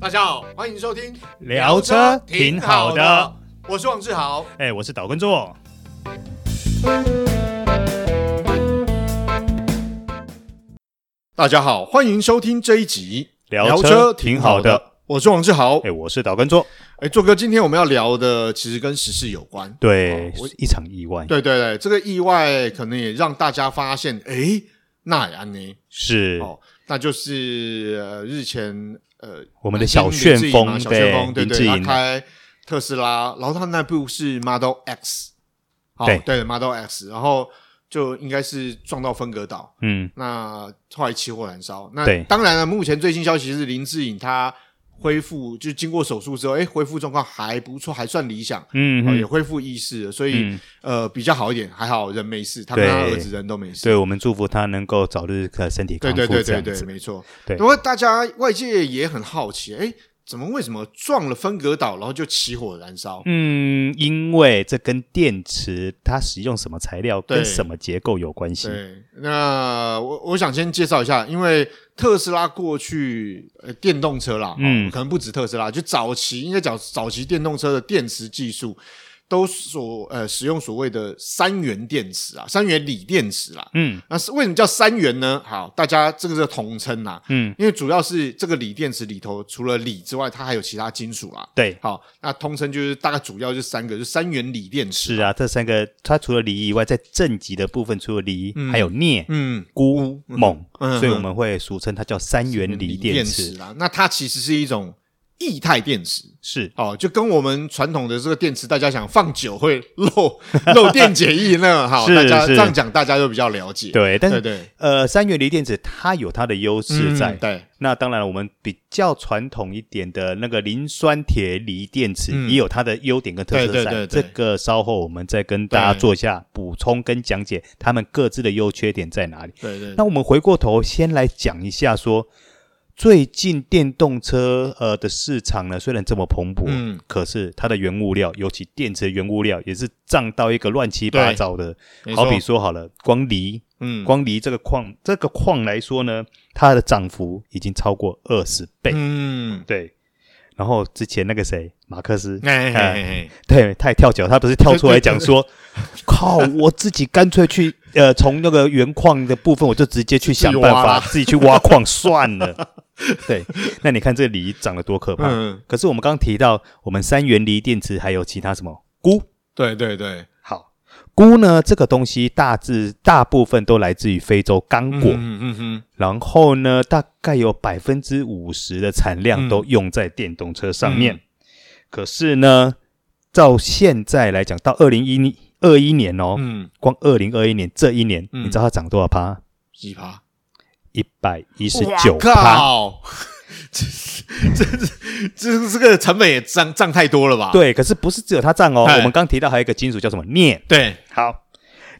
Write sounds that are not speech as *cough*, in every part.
大家好，欢迎收听聊车挺好的，我是王志豪。哎、我是岛根座。大家好，欢迎收听这一集聊车挺好的，，我是王志豪哎、。我是岛根座。哎，做哥，今天我们要聊的其实跟时事有关。对，哦我一场意外，对对对，这个意外可能也让大家发现，哎，那也安呢？是、哦，那就是、呃、日前呃，我们的小旋林风志颖嘛小旋风对对林志对，他颖开特斯拉，然后他那部是 Model X，好对对 Model X，然后就应该是撞到分隔岛，嗯，那后来起火燃烧。那对当然了，目前最新消息是林志颖他恢复，就是经过手术之后，哎，恢复状况还不错，还算理想。嗯哦嗯也恢复意识了，所以、嗯呃比较好一点，还好人没事，他跟对他儿子人都没事。对我们祝福他能够早日呃身体康对复，对对这对样对，子。没错。对不过大家外界也很好奇，哎，怎么为什么撞了分隔岛，然后就起火燃烧？嗯，因为这跟电池它使用什么材料、对跟什么结构有关系。对，那我我想先介绍一下，因为特斯拉过去呃电动车啦，嗯哦，可能不止特斯拉，就早期应该讲早期电动车的电池技术。都所呃使用所谓的三元电池啊，三元锂电池啦。嗯那是为什么叫三元呢？好，大家这个是统称啦、嗯，因为主要是这个锂电池里头除了锂之外，它还有其他金属啦、对，好，那通称就是大概主要就三个，就三元锂电池。是啊，这三个它除了锂以外，在正极的部分除了锂、还有镍、嗯，钴、锰，嗯所以我们会俗称它叫三元锂电电池。啦，那它其实是一种液态电池。是哦，就跟我们传统的这个电池，大家想放久会 *laughs* 漏漏电解液那个哈，是大家这是样讲，大家就比较了解。对，但对是对，呃，三元锂电池它有它的优势在。嗯对那当然，我们比较传统一点的那个磷酸铁锂电池嗯也有它的优点跟特色在。对对对对这个稍后我们再跟大家对做一下补充跟讲解，它们各自的优缺点在哪里。对对，那我们回过头先来讲一下说。最近电动车呃的市场呢，虽然这么蓬勃，嗯可是它的原物料，尤其电池的原物料，也是涨到一个乱七八对糟的。没好错比说好了，光锂嗯，光离这个矿这个矿来说呢，它的涨幅已经超过二十倍。嗯，对，然后之前那个谁，马克思，哎哎哎哎，对，他也跳脚，他不是跳出来 *laughs* 讲说，靠，我自己干脆去呃，从那个原矿的部分，我就直接去想办法，自己去挖矿算了。 *laughs* 对，那你看这锂涨得多可怕。嗯，可是我们刚刚提到，我们三元锂电池还有其他什么钴？对对对，好，钴呢这个东西大致大部分都来自于非洲刚果。嗯嗯嗯然后呢，大概有百分之五十的产量都用在电动车上面。嗯可是呢，照现在来讲，到二零一二一年哦，嗯，光二零二一年这一年，嗯你知道它涨多少趴？几趴？一百一十哇九趴。靠！ *laughs* 这这这这个成本也涨涨太多了吧？对，可是不是只有它涨哦？哎我们刚提到还有一个金属叫什么镍。对，好，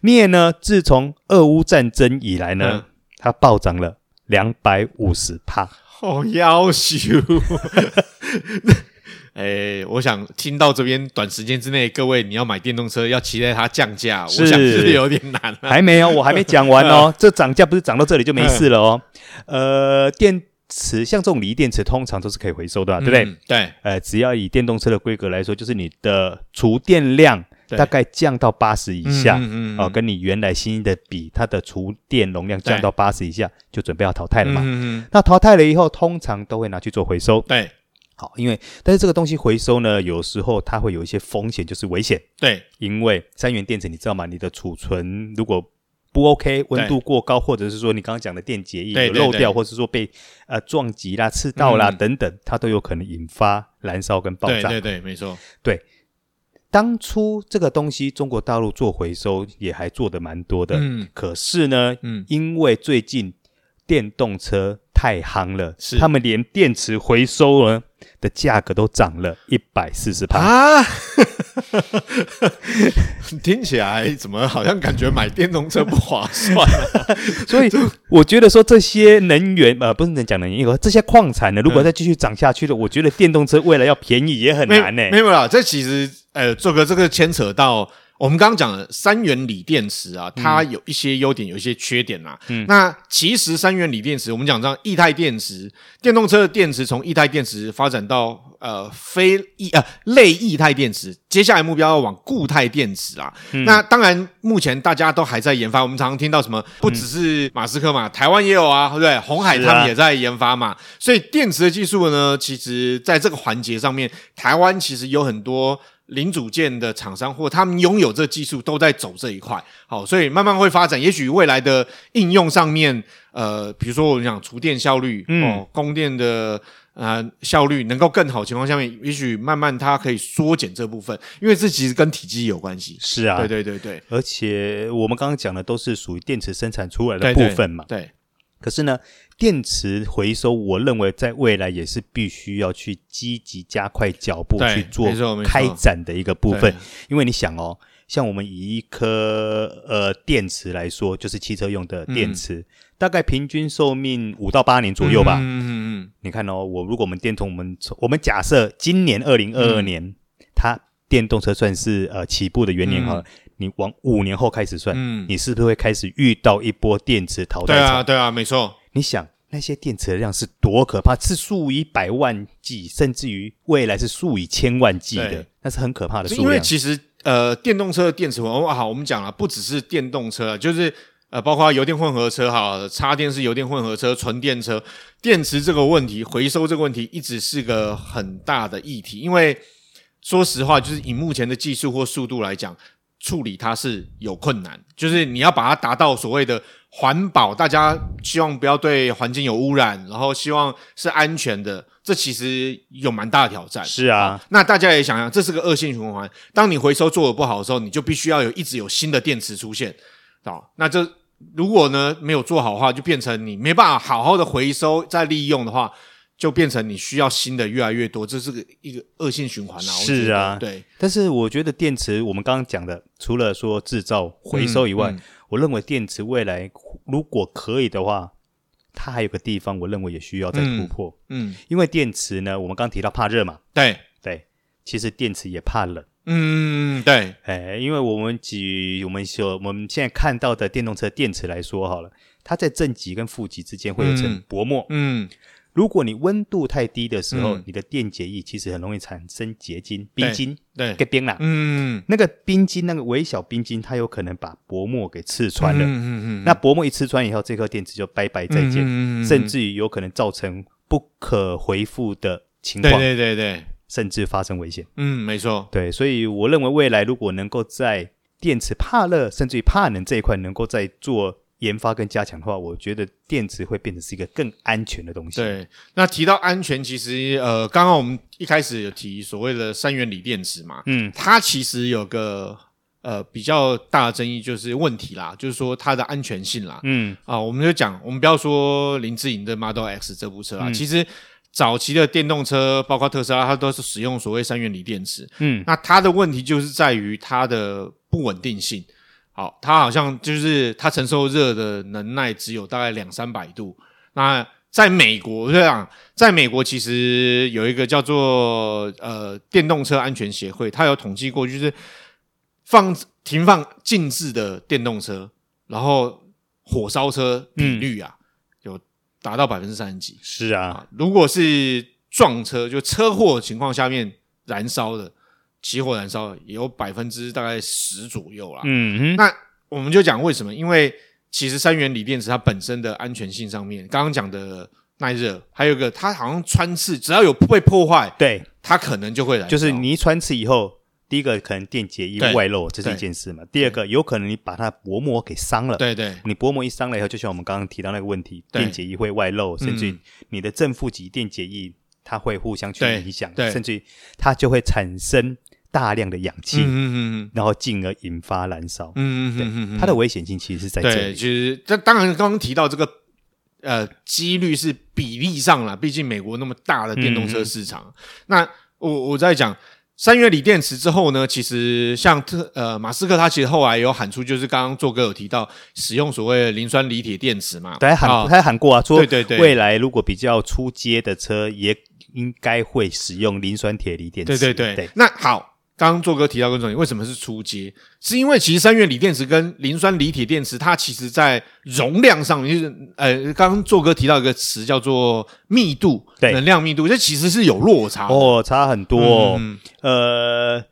镍呢，自从俄乌战争以来呢，嗯它暴涨了两百五十趴。好要求。 *laughs* 哎，我想听到这边，短时间之内，各位你要买电动车，要期待它降价，我是想是有点难了、还没有，我还没讲完哦。嗯这涨价不是涨到这里就没事了哦。呃，电池像这种锂电池，通常都是可以回收的啊、对不对？嗯？对，呃，只要以电动车的规格来说，就是你的储电量对大概降到八十以下，嗯嗯嗯哦，跟你原来新的比，它的储电容量降到八十以下，就准备要淘汰了嘛。嗯嗯，那淘汰了以后，通常都会拿去做回收。对好，因为但是这个东西回收呢，有时候它会有一些风险，就是危险。对因为三元电池，你知道吗？你的储存如果不 OK，温度过高，或者是说你刚刚讲的电解液对有对漏掉，对或是说被呃撞击啦、刺到啦、嗯等等，它都有可能引发燃烧跟爆对炸。对对，没错，当初这个东西中国大陆做回收也还做的蛮多的，嗯可是呢，嗯，因为最近电动车太夯了，是他们连电池回收呢的价格都涨了一百四十趴。啊， *laughs* 听起来怎么好像感觉买电动车不划算、啊？*laughs* 所以我觉得说这些能源呃不是能讲能源，因为这些矿产嗯呢，如果再继续涨下去的，我觉得电动车未来要便宜也很没难呢、欸没有啦，这其实呃，这个这个牵扯到我们刚刚讲的三元锂电池嗯啊，它有一些优点，有一些缺点啦、啊。嗯，那其实三元锂电池，我们讲这样液态电池，电动车的电池从液态电池发展到呃非液呃类液态电池，接下来目标要往固态电池啊。嗯那当然，目前大家都还在研发，我们常常听到什么，不只是马斯克嘛，台湾也有啊，对不对？红海他是们啊也在研发嘛，所以电池的技术呢，其实在这个环节上面，台湾其实有很多零组件的厂商或他们拥有这技术，都在走这一块。好，所以慢慢会发展，也许未来的应用上面，呃，比如说我们讲厨电效率，嗯哦，供电的。呃，效率能够更好的情况下面，也许慢慢它可以缩减这部分，因为这其实跟体积有关系。是啊，对对对对而且我们刚刚讲的都是属于电池生产出来的对，部对分嘛。对，可是呢，电池回收，我认为在未来也是必须要去积极加快脚步对去做没错没错开展的一个部分对。因为你想哦，像我们以一颗呃电池来说，就是汽车用的电池，大概平均寿命五到八年左右吧。嗯嗯你看哦，我如果我们电动，我们我们假设今年二零嗯二二年，它电动车算是呃起步的元年哈、了，你往五年后开始算，嗯你是不是会开始遇到一波电池淘嗯，汰对潮？啊对啊，没错，你想那些电池的量是多可怕，是数以百万计，甚至于未来是数以千万计的对，那是很可怕的因数为量。其实呃，电动车的电池，我们好，我们讲了，不只是电动车啊，就是呃，包括油电混合车哈，插电式油电混合车、纯电车，电池这个问题、回收这个问题，一直是个很大的议题。因为说实话，就是以目前的技术或速度来讲。处理它是有困难，就是你要把它达到所谓的环保，大家希望不要对环境有污染，然后希望是安全的，这其实有蛮大的挑战。是啊，那大家也想想，这是个恶性循环。当你回收做的不好的时候，你就必须要有一直有新的电池出现，哦，那这如果呢没有做好的话，就变成你没办法好好的回收再利用的话，就变成你需要新的越来越多，这是个一个恶性循环啊。我觉是得啊对，但是我觉得电池，我们刚刚讲的，除了说制造回收以外，嗯嗯我认为电池未来如果可以的话，它还有个地方，我认为也需要再突破。嗯，因为电池呢，我们刚提到怕热嘛，对，对，其实电池也怕冷。嗯，对，哎，因为我们举我们所我们现在看到的电动车电池来说好了，它在正极跟负极之间会有层嗯薄膜。嗯，如果你温度太低的时候，嗯你的电解液其实很容易产生结晶、冰晶、对，结冰啦。嗯，那个冰晶，那个微小冰晶，它有可能把薄膜给刺穿了。嗯嗯嗯，那薄膜一刺穿以后，这颗电池就拜拜再见，嗯嗯嗯嗯甚至于有可能造成不可回复的情对况，对对对，甚至发生危险。嗯，没错，对，所以我认为未来如果能够在电池怕热，甚至于怕冷这一块能够再做研发跟加强的话，我觉得电池会变成是一个更安全的东西。，对，那提到安全，其实呃，刚刚我们一开始有提所谓的三元锂电池嘛，嗯，它其实有个呃比较大的争议就是问题啦，就是说它的安全性啦。嗯，啊，我们就讲，我们不要说林志颖的 Model X 这部嗯车啊，其实早期的电动车，包括特斯拉，它都是使用所谓三元锂电池。嗯，那它的问题就是在于它的不稳定性。好，它好像就是它承受热的能耐只有大概两三百度。那在美国这样，在美国其实有一个叫做呃电动车安全协会，它有统计过，就是放停放静置的电动车，然后火烧车比率啊，有达到百分之三十几是啊，啊。如果是撞车，就车祸情况下面燃烧的，起火燃烧的，也有百分之大概十左右啦。嗯哼，那我们就讲为什么？因为其实三元锂电池它本身的安全性上面，刚刚讲的耐热，还有一个它好像穿刺，只要有被破坏，对，它可能就会燃烧。就是你一穿刺以后，第一个可能电解液对外露，这是一对件事嘛；第二个有可能你把它的薄膜给伤了。对对你薄膜一伤了以后，就像我们刚刚提到那个问题，对电解液会外露，甚至于嗯你的正负极电解液它会互相去对影响，对甚至于它就会产生大量的氧气，嗯嗯嗯然后进而引发燃烧。嗯嗯对嗯嗯，嗯它的危险性其实是在这对，里。其实这当然刚刚提到这个呃几率是比例上啦，毕竟美国那么大的电动车市场。那我我在讲三元锂电池之后呢，其实像特呃马斯克他其实后来有喊出，就是刚刚做哥有提到使用所谓的磷酸锂铁电池嘛，他还喊，啊他还喊过啊，说对对对未来如果比较出街的车，也应该会使用磷酸铁锂电池。对对对。对，那好，刚刚做哥提到跟重点，为什么是初阶？是因为其实三元锂电池跟磷酸锂铁电池，它其实在容量上面，就是呃，刚刚做哥提到一个词叫做密度，对能量密度，这其实是有落差的。哦，差很多、哦。嗯呃，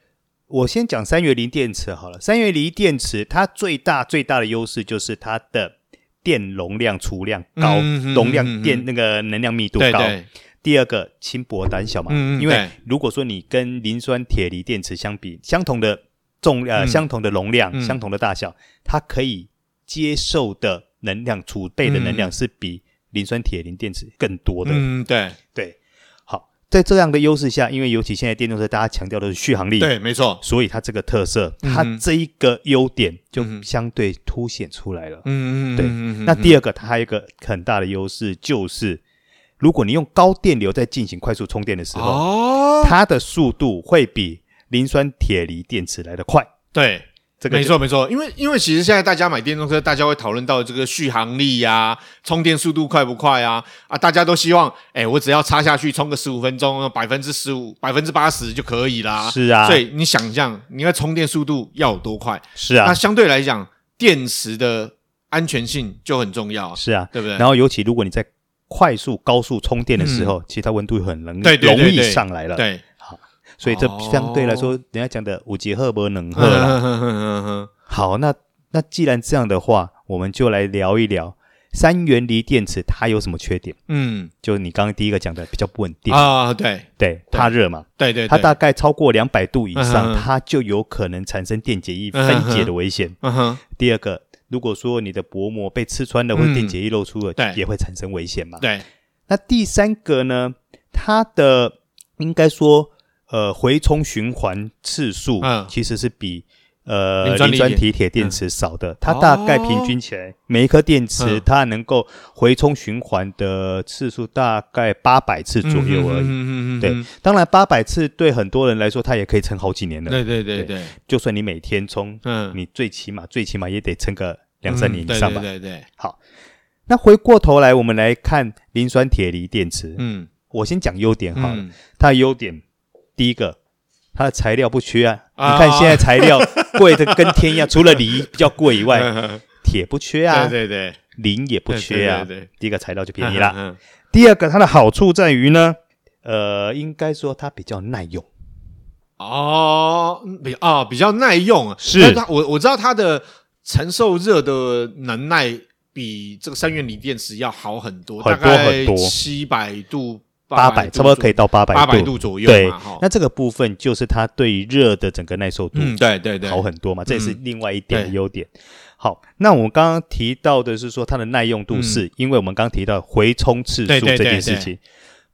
我先讲三元锂电池好了。三元锂电池它最大最大的优势就是它的电容量储量高，嗯嗯容嗯嗯量电、那个能量密度对高。对，第二个轻薄胆小嘛，嗯嗯因对为如果说你跟磷酸铁锂电池相比，相同的重呃、嗯相同的容量、嗯相同的大小，它可以接受的能量储备的能量是比磷酸铁锂电池更多的。嗯对对，好，在这样的优势下，因为尤其现在电动车大家强调的是续航力，对，没错。所以它这个特色，嗯它这一个优点就嗯相对凸显出来了。嗯嗯，对嗯那第二个，它还有一个很大的优势就是，如果你用高电流在进行快速充电的时候，哦，它的速度会比磷酸铁锂电池来得快。对，这个没就错没错，因为因为其实现在大家买电动车，大家会讨论到这个续航力呀、充电速度快不快啊啊，大家都希望，哎，我只要插下去充个十五分钟，百分之十五、百分之八十就可以啦。是啊所以你想象，你的充电速度要有多快？是啊那，相对来讲，电池的安全性就很重要啊，是啊。对不对？然后尤其如果你在快速高速充电的时候，其实它温度很容易嗯对对对容易对上来了。对，所以这哦相对来说，人家讲的五级赫不能赫啦。嗯哼哼哼哼好，那那既然这样的话，我们就来聊一聊三元锂电池它有什么缺点？嗯就你刚刚第一个讲的比较不稳定，啊，对对，怕热嘛，对对，它对大概超过两百度以上，嗯哼它就有可能产生电解液分解的危险。嗯哼，第二个，如果说你的薄膜被刺穿了，或者嗯电解液漏出了，对也会产生危险嘛。对，那第三个呢，它的应该说，呃，回充循环次数嗯其实是比、磷呃酸锂磷酸铁铁电池少的，它哦大概平均起来，每一颗电池嗯它能够回充循环的次数大概八百次左右嗯而已。已对当然，八百次对很多人来说，它也可以撑好几年了。对对对对，就算你每天充，嗯，你最起码最起码也得撑个两三年以上吧。嗯对对对对，那回过头来，我们来看磷酸铁锂电池。嗯，我先讲优点好了。嗯它的优点，第一个，它的材料不缺啊。啊你看现在材 *laughs* 料贵的跟天一样，除了锂比较贵以外，嗯铁不缺啊对，对对，磷也哎不缺啊。对对对嗯第一个材料就便宜啦。啦，第二个，它的好处在于呢，呃，应该说它比较耐用。 *laughs* 哦，嗯比啊比较耐用啊，是但它我我知道它的承受热的能耐比这个三元锂电池要好很多，很大多概很多七百度八百，差不多可以到八百八百度左右对嘛，哈，那这个部分就是它对于热的整个耐受度嗯对对对，好很多嘛，这也是另外一点的对优点。好，那我们刚刚提到的是说它的耐用度是，因为我们刚刚提到回充次嗯对数对这对件事情。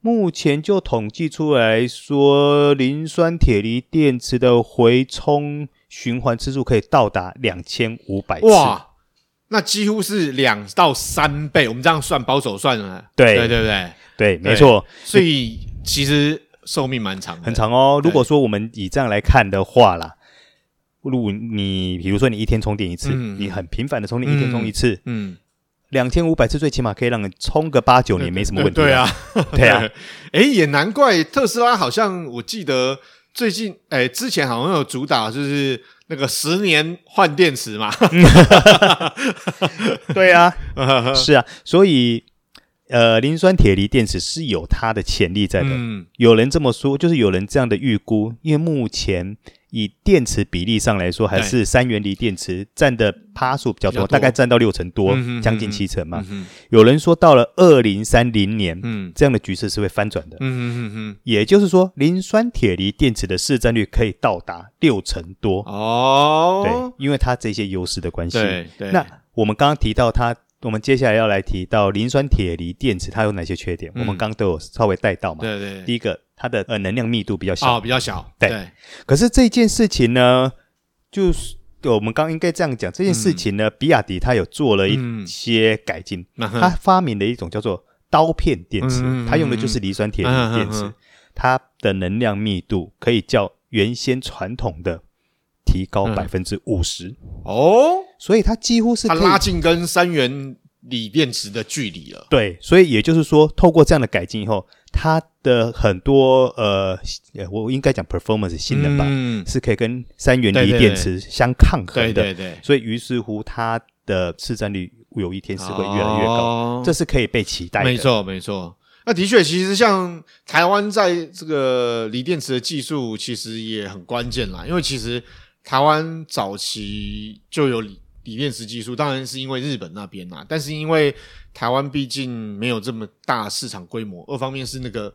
目前就统计出来说，磷酸铁锂电池的回充循环次数可以到达两千五百次。哇。那几乎是两到三倍，我们这样算保守算了，对对对对，对，没错，所以其实寿命蛮长的，很长哦。对如果说我们以这样来看的话啦，如果你比如说你一天充电一次，嗯你很频繁的充电，一天充一次，嗯，两千五百次最起码可以让你充个八九年没什么问题。对对啊， *laughs* *laughs* 对啊，哎，也难怪特斯拉好像我记得最近，哎，之前好像有主打就是那个十年换电池嘛，对啊， *laughs* 是啊，所以呃，磷酸铁锂电池是有它的潜力在的。 *laughs* 嗯，有人这么说，就是有人这样的预估，因为目前以电池比例上来说，还是三元锂电池占的趴数比较多，比较多大概占到六成多，嗯哼将近七成嘛。嗯有人说到了二零三零年，嗯这样的局势是会翻转的。嗯嗯嗯，也就是说，磷酸铁锂电池的市占率可以到达六成多，哦，对，因为它这些优势的关系。对对，那我们刚刚提到它，我们接下来要来提到磷酸铁锂电池它有哪些缺点？嗯我们刚刚都有稍微带到嘛。对对对第一个，它的呃能量密度比较小。哦，比较小，对对，可是这件事情呢，就是我们刚刚应该这样讲，这件事情呢，比亚迪它有做了一嗯些改进，那它发明了一种叫做刀片电嗯池，嗯嗯嗯它用的就是磷酸铁锂电池，嗯嗯嗯它的能量密度可以较原先传统的提高嗯百分之五十，哦，所以它几乎是它可以拉近跟三元锂电池的距离了，对，所以也就是说，透过这样的改进以后，它的很多呃，呃我应该讲 performance 性能吧，嗯，是可以跟三元对锂对电对池相抗衡对的。对对，所以于是乎它的市占率有一天是会越来越高，哦这是可以被期待的。没错，没错。那的确，其实像台湾在这个锂电池的技术，其实也很关键啦。因为其实台湾早期就有锂锂电池技术，当然是因为日本那边啦，但是因为台湾毕竟没有这么大市场规模，二方面是那个。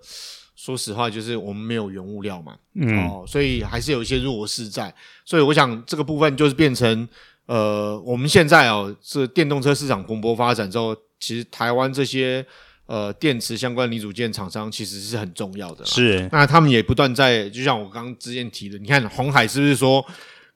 说实话，就是我们没有原物料嘛，嗯，哦，所以还是有一些弱势在，所以我想这个部分就是变成，呃，我们现在哦，是电动车市场蓬勃发展之后，其实台湾这些呃电池相关零组件厂商其实是很重要的啦，是那他们也不断在，就像我刚刚之前提的，你看红海是不是说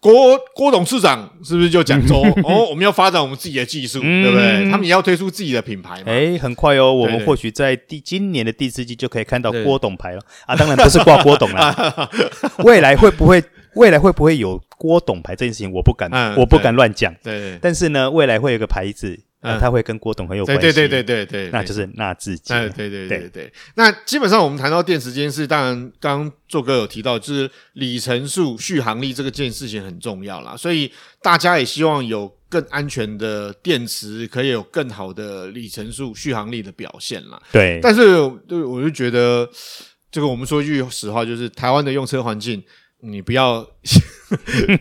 郭郭董事长是不是就讲 *laughs* 说，哦，我们要发展我们自己的技术，嗯对不对？他们也要推出自己的品牌嘛，哎，很快哦，我对们对或许在第今年的第四季就可以看到对郭董牌了啊！当然不是挂郭董啦， *laughs* 未来会不会未来会不会有郭董牌这件事情，我不敢，嗯我不敢乱讲。对但是呢，未来会有一个牌子，呃嗯它会跟郭董很有对关系，对对对对对，那就是纳智捷。哎，对对对对对。那基本上我们谈到电池这件事，当然刚刚做哥有提到，就是里程数、续航力这个件事情很重要啦，所以大家也希望有更安全的电池，可以有更好的里程数、续航力的表现啦。对，但是，对，我就觉得这个我们说句实话，就是台湾的用车环境。你不要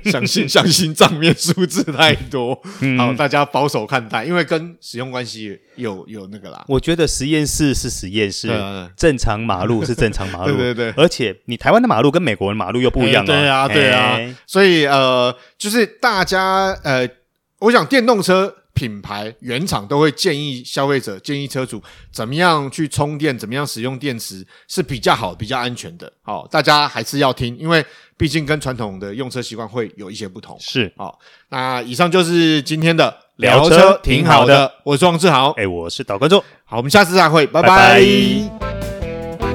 *laughs* 相信 *laughs* 相信账面数字太多，嗯好，大家保守看待，因为跟使用关系有有那个啦。我觉得实验室是实验室对啊对，正常马路是正常马路， *laughs* 对对对而且你台湾的马路跟美国的马路又不一样、哎哦对啊对啊哎所以呃，就是大家呃，我想电动车品牌原厂都会建议消费者、建议车主怎么样去充电，怎么样使用电池是比较好、比较安全的。好、大家还是要听，因为毕竟跟传统的用车习惯会有一些不同。嗯是。那以上就是今天的聊车挺好的，我是王志豪。哎，我是导观众。好，我们下次再会，拜拜拜拜